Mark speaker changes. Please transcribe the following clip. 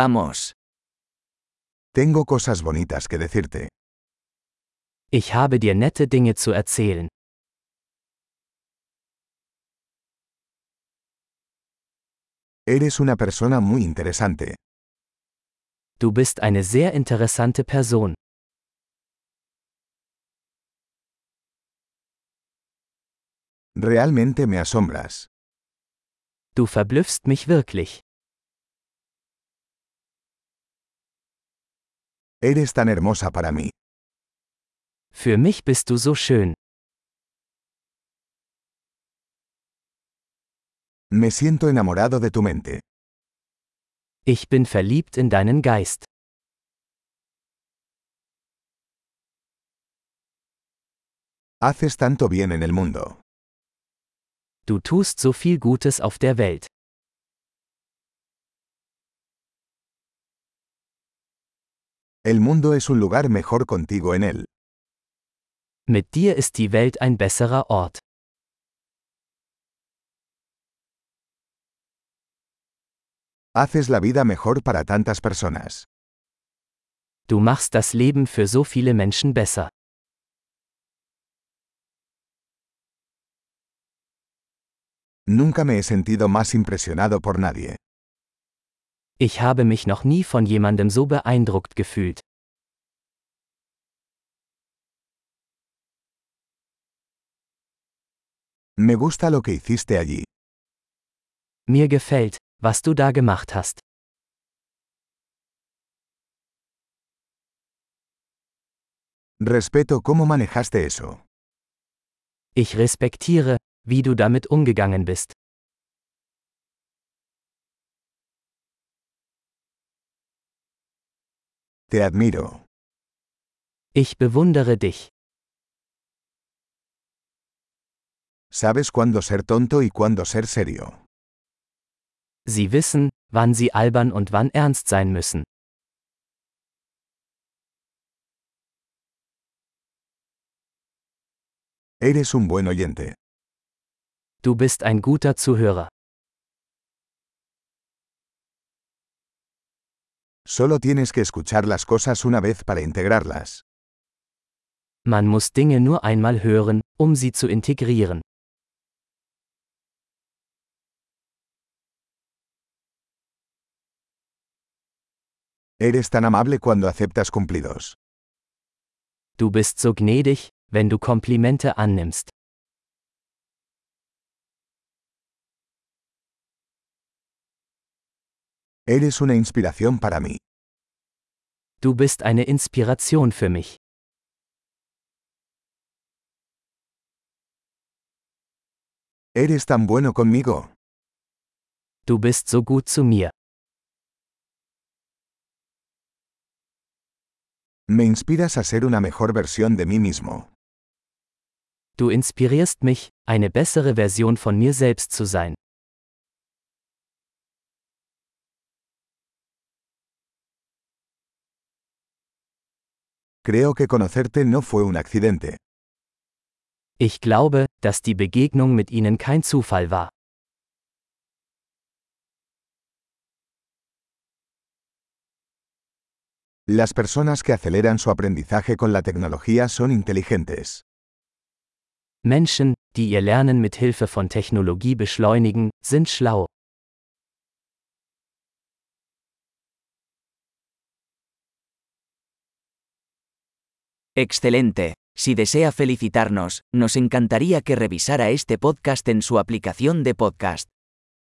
Speaker 1: Vamos.
Speaker 2: Tengo cosas bonitas que decirte.
Speaker 1: Ich habe dir nette Dinge zu erzählen.
Speaker 2: Eres una persona muy interesante.
Speaker 1: Du bist eine sehr interessante Person.
Speaker 2: Realmente me asombras.
Speaker 1: Du verblüffst mich wirklich.
Speaker 2: Eres tan hermosa para mí.
Speaker 1: Für mich bist du so schön.
Speaker 2: Me siento enamorado de tu mente.
Speaker 1: Ich bin verliebt in deinen Geist.
Speaker 2: Haces tanto bien en el mundo.
Speaker 1: Du tust so viel Gutes auf der Welt.
Speaker 2: El mundo es un lugar mejor contigo en él.
Speaker 1: Mit dir ist die Welt ein besserer Ort.
Speaker 2: Haces la vida mejor para tantas personas.
Speaker 1: Du machst das Leben für so viele Menschen besser.
Speaker 2: Nunca me he sentido más impresionado por nadie.
Speaker 1: Ich habe mich noch nie von jemandem so beeindruckt gefühlt.
Speaker 2: Me gusta lo que hiciste allí.
Speaker 1: Mir gefällt, was du da gemacht hast.
Speaker 2: Respeto cómo manejaste eso.
Speaker 1: Ich respektiere, wie du damit umgegangen bist.
Speaker 2: Te admiro.
Speaker 1: Ich bewundere dich.
Speaker 2: Sabes cuándo ser tonto y cuándo ser serio.
Speaker 1: Sie wissen, wann sie albern und wann ernst sein müssen.
Speaker 2: Eres un buen oyente.
Speaker 1: Du bist ein guter Zuhörer.
Speaker 2: Solo tienes que escuchar las cosas una vez para integrarlas.
Speaker 1: Man muss Dinge nur einmal hören, um sie zu integrieren.
Speaker 2: Eres tan amable cuando aceptas cumplidos.
Speaker 1: Du bist so gnädig, wenn du Komplimente annimmst.
Speaker 2: Eres una inspiración para mí.
Speaker 1: Du bist eine Inspiration für mich.
Speaker 2: Eres tan bueno conmigo.
Speaker 1: Du bist so gut zu mir.
Speaker 2: Me inspiras a ser una mejor versión de mí mismo.
Speaker 1: Du inspirierst mich, eine bessere Version von mir selbst zu sein.
Speaker 2: Creo que conocerte no fue un accidente.
Speaker 1: Ich glaube, dass die Begegnung mit ihnen kein Zufall war.
Speaker 2: Las personas que aceleran su aprendizaje con la tecnología son inteligentes.
Speaker 1: Menschen, die ihr Lernen mit Hilfe von Technologie beschleunigen, sind schlau.
Speaker 3: Excelente. Si desea felicitarnos, nos encantaría que revisara este podcast en su aplicación de podcast.